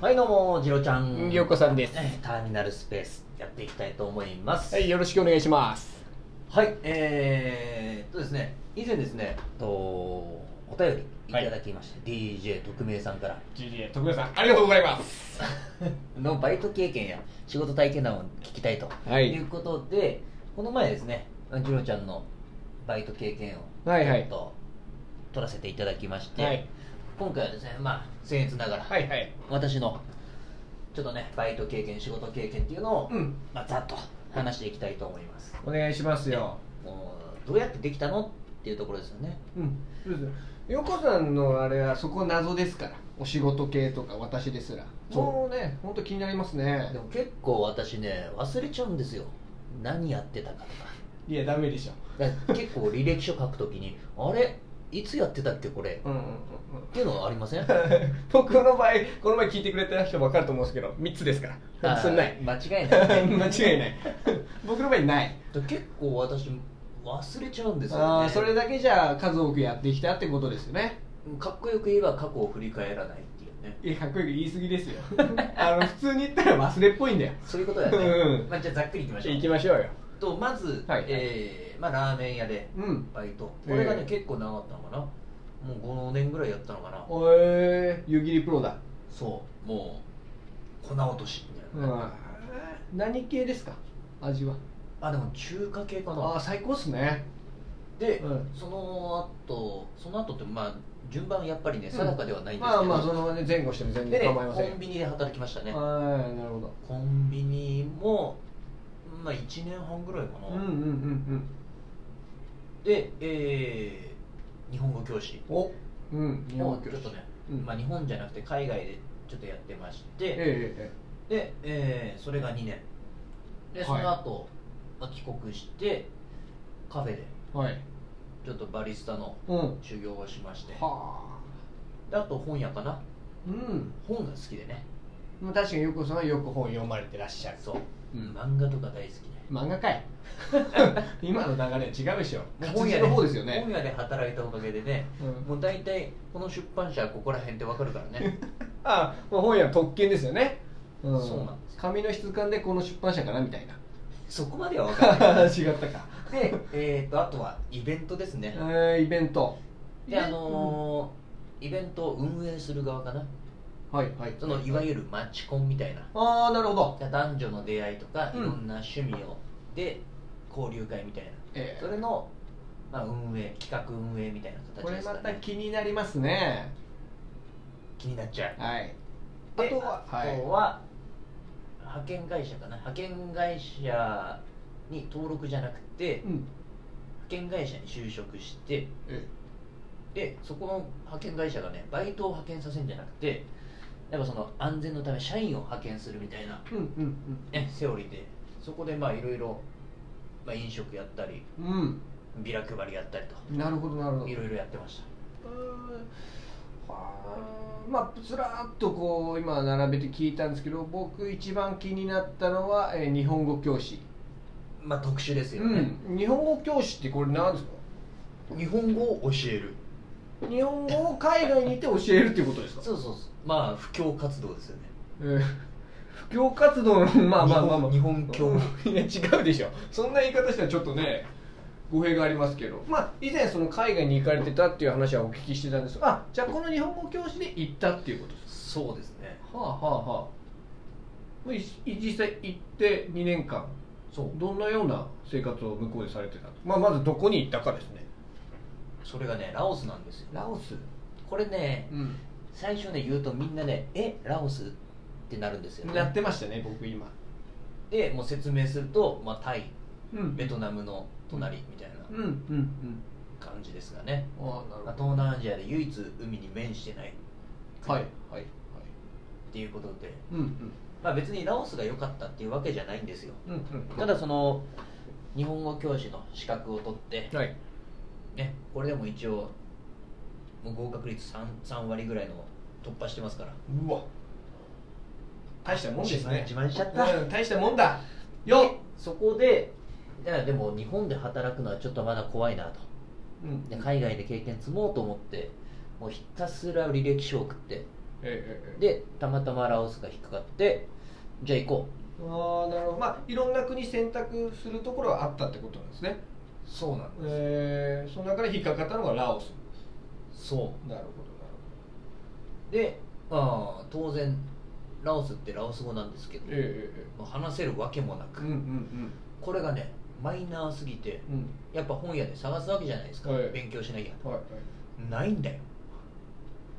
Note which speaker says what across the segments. Speaker 1: はいどうもジロちゃん
Speaker 2: ようこさんです
Speaker 1: えーターミナルスペースやっていきたいと思います
Speaker 2: はい、よろしくお願いします。
Speaker 1: はいえー、っとですね以前ですねとお便りいただきまして、DJ 特命さんから
Speaker 2: GJ 徳田さん、ありがとうございます。
Speaker 1: のバイト経験や仕事体験談を聞きたいと、
Speaker 2: はい
Speaker 1: いうことでこの前ですねジロちゃんのバイト経験を
Speaker 2: はいはい
Speaker 1: ちょっと取らせていただきまして、
Speaker 2: はい
Speaker 1: 今回はですねまあ僭越ながら、
Speaker 2: はいはい。
Speaker 1: 私のちょっとねバイト経験仕事経験っていうのを、
Speaker 2: うん
Speaker 1: まあ、ざっと話していきたいと思います
Speaker 2: お願いしますよ。
Speaker 1: もうどうやってできたのっていうところですよね
Speaker 2: うん。そうですよ。ようこさんのあれはそこ謎ですから。お仕事系とか私ですら。
Speaker 1: そう
Speaker 2: もうね、本当気になりますね
Speaker 1: で。も結構私ね忘れちゃうんですよ何やってたかとか
Speaker 2: いや、ダメでしょ。
Speaker 1: だから結構履歴書書くときに あれいつやってたっけこれ
Speaker 2: うんうんうん
Speaker 1: っていうのはありませ ん
Speaker 2: うん。僕の場合、この前聞いてくれた人分かると思うんですけど、3つですから。そんな
Speaker 1: あ
Speaker 2: い。
Speaker 1: ー間違いない
Speaker 2: 間違いない。僕の場合ない。
Speaker 1: だから結構私忘れちゃうんですよ
Speaker 2: あ
Speaker 1: ね
Speaker 2: あ、それだけじゃ数多くやってきたってことですよね。
Speaker 1: かっこよく言えば過去を振り返らないっていうね
Speaker 2: いやかっこよく言い過ぎですよ あの普通に言ったら忘れっぽいんだよ
Speaker 1: そういうことだよね、
Speaker 2: うん
Speaker 1: まあ、じゃあざっくりいきましょう
Speaker 2: 行きましょうよ
Speaker 1: とまず、
Speaker 2: はい
Speaker 1: えーまあ、ラーメン屋で
Speaker 2: うん
Speaker 1: バイト
Speaker 2: えー
Speaker 1: これがね、結構長かったのかなもう5年ぐらいやったのかな
Speaker 2: えー、湯切りプロだ
Speaker 1: そうもう粉落としみたいな、
Speaker 2: うん何系ですか味は
Speaker 1: あでも中華系か
Speaker 2: あ
Speaker 1: な
Speaker 2: あ最高っすね
Speaker 1: で、
Speaker 2: うん
Speaker 1: その後その後ってまあ順番やっぱりね定かではないんですけど、
Speaker 2: まあまあその、ね、前後しても全
Speaker 1: でね
Speaker 2: 然構いま
Speaker 1: コ
Speaker 2: せんよ
Speaker 1: ンビニで働きましたね
Speaker 2: はいなるほど
Speaker 1: コンビニもまあ1年半ぐらいか
Speaker 2: う
Speaker 1: な、
Speaker 2: んうんうんうん
Speaker 1: で、えー日本語教師
Speaker 2: おうん日
Speaker 1: も
Speaker 2: 本
Speaker 1: う
Speaker 2: 教
Speaker 1: ちょっ
Speaker 2: 師
Speaker 1: とね、
Speaker 2: うん
Speaker 1: まあ、日本じゃなくて海外でちょっとやってまして、
Speaker 2: えええ
Speaker 1: で、えーそれが2年で
Speaker 2: はい
Speaker 1: その後、まあ帰国してカフェで
Speaker 2: えはい
Speaker 1: ちょっとバリスタの
Speaker 2: うんは
Speaker 1: 修行をしまして
Speaker 2: あ
Speaker 1: であと本屋かな
Speaker 2: うん
Speaker 1: 本が好きでね
Speaker 2: まあ確かによくさんはよく本読まれてらっしゃる
Speaker 1: そう、
Speaker 2: うん
Speaker 1: 漫画とか大好き
Speaker 2: 漫画 かい今の流れ違うでしょ
Speaker 1: で
Speaker 2: 活字の方ですよね
Speaker 1: 本屋で働いたおかげでね
Speaker 2: うん
Speaker 1: もう大体この出版社はここら辺ってわかるからね
Speaker 2: あもう本屋の特権ですよね、うん、
Speaker 1: そうなんです
Speaker 2: 紙の質感でこの出版社かなみたいな
Speaker 1: そこまではわかんない
Speaker 2: 違ったか、
Speaker 1: で、えー、とあとはイベントですね、
Speaker 2: えーイベント
Speaker 1: であのーイベントを運営する側かな
Speaker 2: うんはいはい
Speaker 1: そのいわゆるマチコンみたいな
Speaker 2: ああなるほど
Speaker 1: 男女の出会いとかい
Speaker 2: うん
Speaker 1: ろんな趣味をで交流会みたいな、
Speaker 2: えー
Speaker 1: それの、まあ、運営企画運営みたいな形
Speaker 2: こ
Speaker 1: で
Speaker 2: れ
Speaker 1: す
Speaker 2: ま
Speaker 1: か
Speaker 2: た
Speaker 1: ね
Speaker 2: 気になりますね
Speaker 1: 気になっちゃう
Speaker 2: はいあ
Speaker 1: で
Speaker 2: とは
Speaker 1: あ
Speaker 2: い
Speaker 1: とは派遣会社かな派遣会社に登録じゃなくて
Speaker 2: うん
Speaker 1: 派遣会社に就職して
Speaker 2: え
Speaker 1: でそこの派遣会社がねバイトを派遣させるんじゃなくてやっぱその安全のため社員を派遣するみたいな、
Speaker 2: うんうん
Speaker 1: ね、セオリーでそこでまあいろいろまあ飲食やったり
Speaker 2: うん
Speaker 1: ビラ配りやったりと
Speaker 2: うんなるほどなるほど
Speaker 1: いろいろやってました
Speaker 2: うーんはーまあずらーっとこう今並べて聞いたんですけど僕一番気になったのは、えー日本語教師
Speaker 1: まあ特殊ですよね、
Speaker 2: うん、日本語教師ってこれ何ですか
Speaker 1: 日本語を教える
Speaker 2: 日本語を海外にいて教えるっていうことですか、
Speaker 1: そうそうそうまあ布教活動ですよね
Speaker 2: えー布教活動のまあまあまあ、まあ、
Speaker 1: 日本日本
Speaker 2: いや違うでしょそんな言い方したらちょっとね語弊がありますけどまあ以前その海外に行かれてたっていう話はお聞きしてたんですがあじゃあこの日本語教師で行ったっていうことです
Speaker 1: そうですね
Speaker 2: はあはあはあいい実際行って2年間
Speaker 1: そう
Speaker 2: どんなような生活を向こうでされてたのまあまずどこに行ったかですね
Speaker 1: それがねラオスなんですよ
Speaker 2: ラオス
Speaker 1: これね
Speaker 2: うん
Speaker 1: 最初ね言うとみんなね「えラオス?」ってなるんですよ
Speaker 2: やっ
Speaker 1: ね
Speaker 2: てましたね僕今
Speaker 1: でもう説明すると、まあ、タイ
Speaker 2: うん
Speaker 1: ベトナムの隣みたいな
Speaker 2: うんうんうん
Speaker 1: 感じですがね、
Speaker 2: ああなるほ
Speaker 1: まあ、東南アジアで唯一海に面してないっ
Speaker 2: どはいはいはい
Speaker 1: ていうことで、
Speaker 2: うんうん
Speaker 1: まあ、別にラオスが良かったっていうわけじゃないんですよ
Speaker 2: うんうん
Speaker 1: ただその日本語教師の資格を取って、
Speaker 2: はい
Speaker 1: ね、これでも一応もう合格率 3, 3割ぐらいの突破してますから
Speaker 2: うわ大したもんですね
Speaker 1: 自慢自慢しちゃった
Speaker 2: うん大したもんだよ
Speaker 1: そこでいやでも日本で働くのはちょっとまだ怖いなと
Speaker 2: うん
Speaker 1: で海外で経験積もうと思ってもうひたすら履歴書を送って
Speaker 2: ええええ
Speaker 1: でたまたまラオスが引っかかってじゃあ行こう
Speaker 2: ああなるほどまあいろんな国選択するところはあったってことなんですね
Speaker 1: そうなん
Speaker 2: えー、その中で引っかかったのがラオス
Speaker 1: そ
Speaker 2: なるほ
Speaker 1: うでああ当然ラオスってラオス語なんですけど
Speaker 2: どなるほどえええ
Speaker 1: まあ話せるわけもな
Speaker 2: え
Speaker 1: く、
Speaker 2: うんうん
Speaker 1: これがねマイナーすぎて
Speaker 2: うん
Speaker 1: やっぱ本屋で探すわけじゃないですか、
Speaker 2: はい
Speaker 1: 勉強しなきゃ
Speaker 2: うんはい
Speaker 1: ないんだよ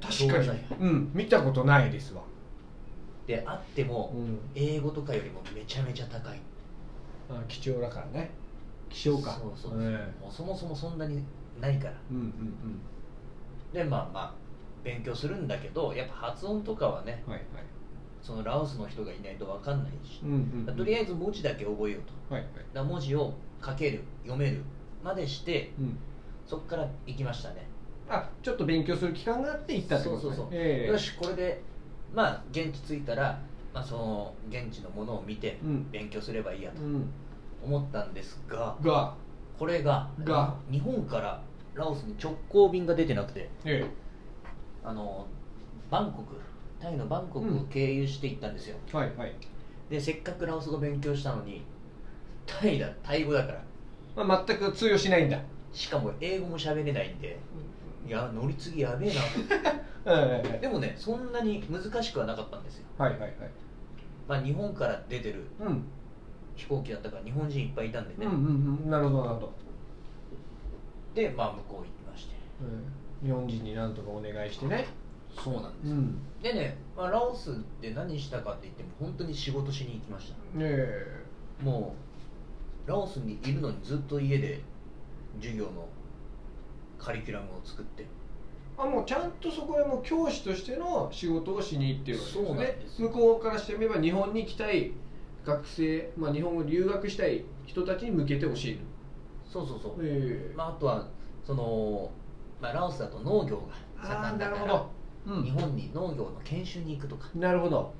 Speaker 2: 確かに
Speaker 1: そうなんや
Speaker 2: うん見たことないですわ
Speaker 1: であっても、
Speaker 2: ん
Speaker 1: 英語とかよりもめちゃめちゃ高い
Speaker 2: あ貴重だからね貴重か
Speaker 1: そうそうそう、
Speaker 2: え
Speaker 1: もうそもそもそんなにないから
Speaker 2: えうんうん
Speaker 1: でまあまあ勉強するんだけどやっぱ発音とかはね
Speaker 2: うんはいはい
Speaker 1: そのラオスの人がいないと分かんないし
Speaker 2: う、んうんうん
Speaker 1: とりあえず文字だけ覚えようと
Speaker 2: はいはい
Speaker 1: だから文字を書ける読めるまでして
Speaker 2: うん
Speaker 1: そこから行きましたね
Speaker 2: あちょっと勉強する期間があって行ったってこと
Speaker 1: そうそうそう
Speaker 2: ええ
Speaker 1: よしこれでまあ現地着いたら、まあ、その現地のものを見て
Speaker 2: うん
Speaker 1: 勉強すればいいやと
Speaker 2: うん
Speaker 1: 思ったんですが
Speaker 2: が
Speaker 1: これが
Speaker 2: が
Speaker 1: 日本からラオスに直行便が出てなくて
Speaker 2: え
Speaker 1: あのバンコクタイのバンコクを経由して行ったんですよ、
Speaker 2: えはいはい
Speaker 1: でせっかくラオス語勉強したのにタイだタイ語だから
Speaker 2: まあ、全く通用しないんだ
Speaker 1: しかも英語も喋れないんでいや乗り継ぎやべえなと
Speaker 2: ええ
Speaker 1: でもねそんなに難しくはなかったんですよ、
Speaker 2: はいはいはい
Speaker 1: まあ、日本から出てる
Speaker 2: うん
Speaker 1: 飛行機だったから日本人いっぱいいたんで
Speaker 2: う
Speaker 1: ね、
Speaker 2: んうんうんなるほどなるほど、
Speaker 1: でまあ向こう行きまして
Speaker 2: 日本人になんとかお願いしてね
Speaker 1: そうなんで
Speaker 2: ん
Speaker 1: でね、まあ、ラオスで何したかって言っても本当に仕事しに行きまし
Speaker 2: え
Speaker 1: たもうラオスにいるのにずっと家で授業のカリキュラムを作って
Speaker 2: あもうちゃんとそこでもう教師としての仕事をしに行ってるわけですね
Speaker 1: そうなんです
Speaker 2: 向こうからしてみれば日本に来たい学生、まあ、日本を留学したい人たちに向けて教える
Speaker 1: そうそうそう、
Speaker 2: え
Speaker 1: まあ、あとはその、まあ、ラオスだと農業が
Speaker 2: あ
Speaker 1: 盛
Speaker 2: あ
Speaker 1: んだ
Speaker 2: なる
Speaker 1: か
Speaker 2: ほ
Speaker 1: ら
Speaker 2: ど、う
Speaker 1: 日本に農業の研修に行くとかっ
Speaker 2: なるほど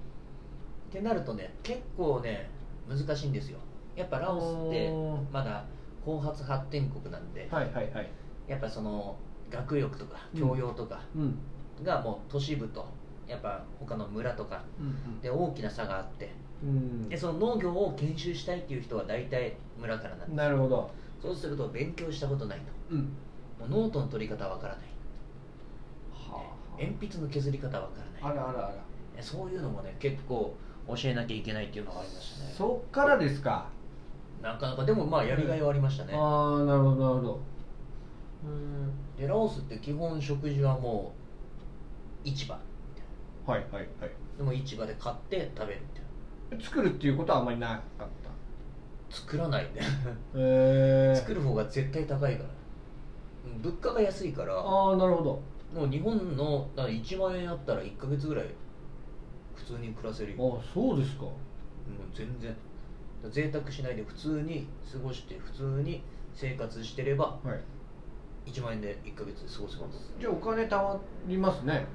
Speaker 1: てなるとね結構ね難しいんですよやっぱラオスって
Speaker 2: は
Speaker 1: まだ後発発展国なんで
Speaker 2: いはいはい
Speaker 1: やっぱその学力とか
Speaker 2: うん
Speaker 1: 教養とか
Speaker 2: うんうん
Speaker 1: がもう都市部とやっぱ他の村とかで大きな差があって
Speaker 2: うん
Speaker 1: でその農業を研修したいっていう人は大体村からなんで
Speaker 2: なるほど、
Speaker 1: そうすると勉強したことないと
Speaker 2: うん、
Speaker 1: もうノートの取り方わからない
Speaker 2: は
Speaker 1: 鉛筆の削り方わから
Speaker 2: あ
Speaker 1: な
Speaker 2: あらあらあ
Speaker 1: い
Speaker 2: ら
Speaker 1: そういうのもね結構教えなきゃいけないっていうのがありましたね
Speaker 2: そっからですか
Speaker 1: なかなかでもまあやりがいはありましたね
Speaker 2: ああなるほどなるほどうん
Speaker 1: でラオスって基本食事はもう市場
Speaker 2: はいはいはい
Speaker 1: でも市場で買って食べるみたいな
Speaker 2: 作るっていうことはあんまりなかった
Speaker 1: 作らないね
Speaker 2: へ
Speaker 1: 作る方が絶対高いからうん物価が安いからも
Speaker 2: ああなるほど
Speaker 1: う日本のだから1万円あったら1か月ぐらい普通に暮らせるよも
Speaker 2: あそうですか
Speaker 1: う全然贅沢しないで普通に過ごして普通に生活してれば
Speaker 2: はい
Speaker 1: 1万円で1か月過ごせます
Speaker 2: じゃあお金貯まりますね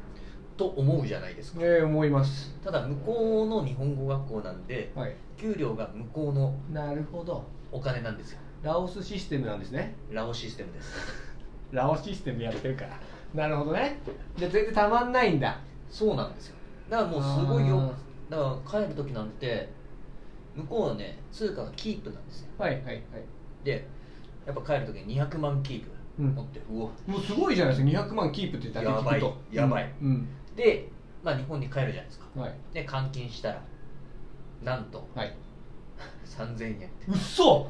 Speaker 1: と思うじゃないですか
Speaker 2: ええ思います
Speaker 1: ただ向こうの日本語学校なんで
Speaker 2: はい
Speaker 1: 給料が向こうの
Speaker 2: なるほど
Speaker 1: お金なんですよ
Speaker 2: ラオスシステムなんですね
Speaker 1: ラオシステムです
Speaker 2: ラオスシステムやってるからなるほどねじゃあ全然たまんないんだ
Speaker 1: そうなんですよだからもうすごいよ
Speaker 2: あ
Speaker 1: だから帰る時なんて向こうはね通貨がキープなんですよ
Speaker 2: はいはいはい
Speaker 1: でやっぱ帰る時に200万キープ
Speaker 2: うん
Speaker 1: 持って、うお
Speaker 2: もうすごいじゃないですか200万キープってだけ聞くと
Speaker 1: やばいやばい
Speaker 2: うん、
Speaker 1: で、まあ、日本に帰るじゃないですか
Speaker 2: うんはい
Speaker 1: で換金したらなんと
Speaker 2: はい
Speaker 1: 3000円って
Speaker 2: うっそ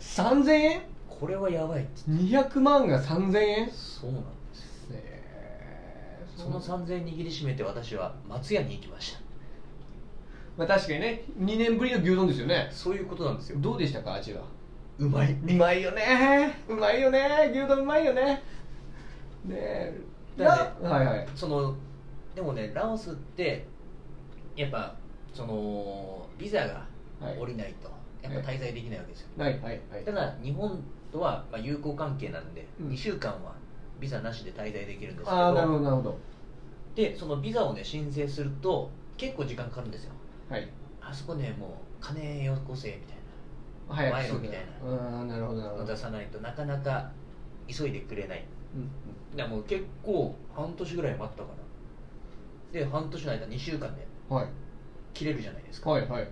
Speaker 2: 3000円
Speaker 1: これはやばいって
Speaker 2: ?200 万が3000円
Speaker 1: そうなんです
Speaker 2: えー
Speaker 1: その3000円握りしめて私は松屋に行きまし
Speaker 2: まあ確かにね2年ぶりの牛丼ですよね
Speaker 1: たそういうことなんですよ
Speaker 2: どうでしたか味は
Speaker 1: うまいう
Speaker 2: まいよねうまいよね牛丼うまいよねねえ
Speaker 1: だね
Speaker 2: なはいはい
Speaker 1: そのでもねラオスってやっぱそのビザが
Speaker 2: はい
Speaker 1: 降りないと、やっぱ滞在できないわけですよ、
Speaker 2: はいはいはい
Speaker 1: ただ日本とはまあ友好関係なんで、
Speaker 2: うん
Speaker 1: 2週間はビザなしで滞在できるんですけ
Speaker 2: ああなるほ
Speaker 1: ど
Speaker 2: どなるほど
Speaker 1: でそのビザをね申請すると結構時間かかるんですよ
Speaker 2: はい
Speaker 1: あそこねもう金よこせみたい
Speaker 2: 早く
Speaker 1: 賄
Speaker 2: す
Speaker 1: 賂
Speaker 2: ぐ
Speaker 1: みたい
Speaker 2: ああなるほどな
Speaker 1: な
Speaker 2: るほ
Speaker 1: の
Speaker 2: ど
Speaker 1: 出さないとなかなか急いでくれない
Speaker 2: うん
Speaker 1: だからもう結構半年ぐらい待ったかで半年の間2週間で
Speaker 2: はい
Speaker 1: 切れるじゃないですか、
Speaker 2: はいはい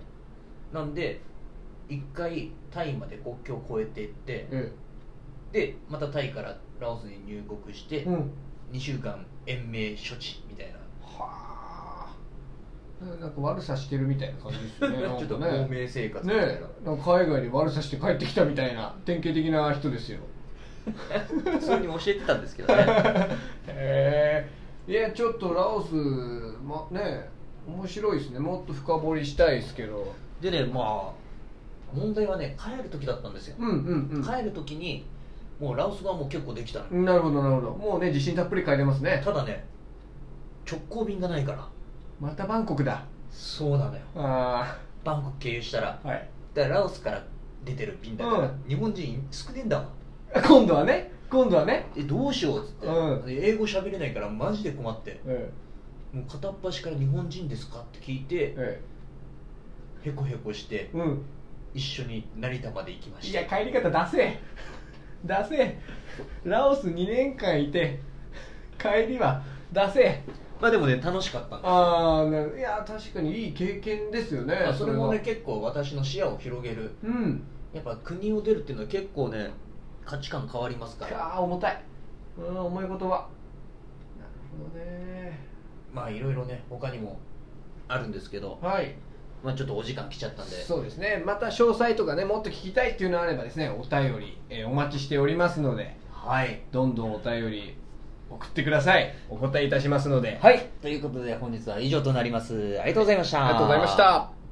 Speaker 1: なんで1回タイまで国境を越えていって
Speaker 2: え
Speaker 1: でまたタイからラオスに入国して
Speaker 2: えうん
Speaker 1: 2週間延命処置みたいな
Speaker 2: はあなんか悪さしてるみたいな感じです ねなんかね
Speaker 1: ちょっと亡命生活み
Speaker 2: ね
Speaker 1: たいな、
Speaker 2: えなんか海外で悪さして帰ってきたみたいな典型的な人ですよ
Speaker 1: 普通に教えてたんですけどね
Speaker 2: へえいやちょっとラオス、ま、ね面白いですねもっと深掘りしたいですけど
Speaker 1: でねまあ問題はね帰る時だったんですよ、
Speaker 2: うんうん
Speaker 1: 帰る時にもうラオスがもう結構できたの、
Speaker 2: うんなるほどなるほどもうね自信たっぷり帰れますね
Speaker 1: ただね直行便がないから
Speaker 2: またバンコクだ
Speaker 1: そうなのよ
Speaker 2: あ
Speaker 1: バンコク経由したら
Speaker 2: あはい
Speaker 1: だからラオスから出てる便だから、
Speaker 2: うん
Speaker 1: 日本人少ねえんだわ
Speaker 2: 今度はね今度はね
Speaker 1: えどうしようっつって、
Speaker 2: うん
Speaker 1: 英語喋れないからマジで困って
Speaker 2: え
Speaker 1: もう片っ端から日本人ですかって聞いて
Speaker 2: え
Speaker 1: へこへこして
Speaker 2: えうん
Speaker 1: 一緒に成田まで行きまし
Speaker 2: い
Speaker 1: た
Speaker 2: や帰り方ダセえダセえラオス2年間いて帰りはダセえ
Speaker 1: まあでもね楽しかったんですよ
Speaker 2: ああなるいや確かにいい経験ですよね
Speaker 1: まあそれもね
Speaker 2: は
Speaker 1: 結構私の視野を広げる
Speaker 2: うん
Speaker 1: やっぱ国を出るっていうのは結構ね価値観変わりますから
Speaker 2: ああ重たいうん重い言葉なるほどね
Speaker 1: まあいろいろね他にもあるんですけど、
Speaker 2: はい
Speaker 1: まあ、ちょっとお時間来ちゃったんで
Speaker 2: そうですねまた詳細とかねもっと聞きたいっていうのがあればですねお便り、えーお待ちしておりますので
Speaker 1: はい
Speaker 2: どんどんお便り送ってくださいお答えいたしますので、
Speaker 1: はいということで本日は以上となりますありがとうございました
Speaker 2: ありがとうございました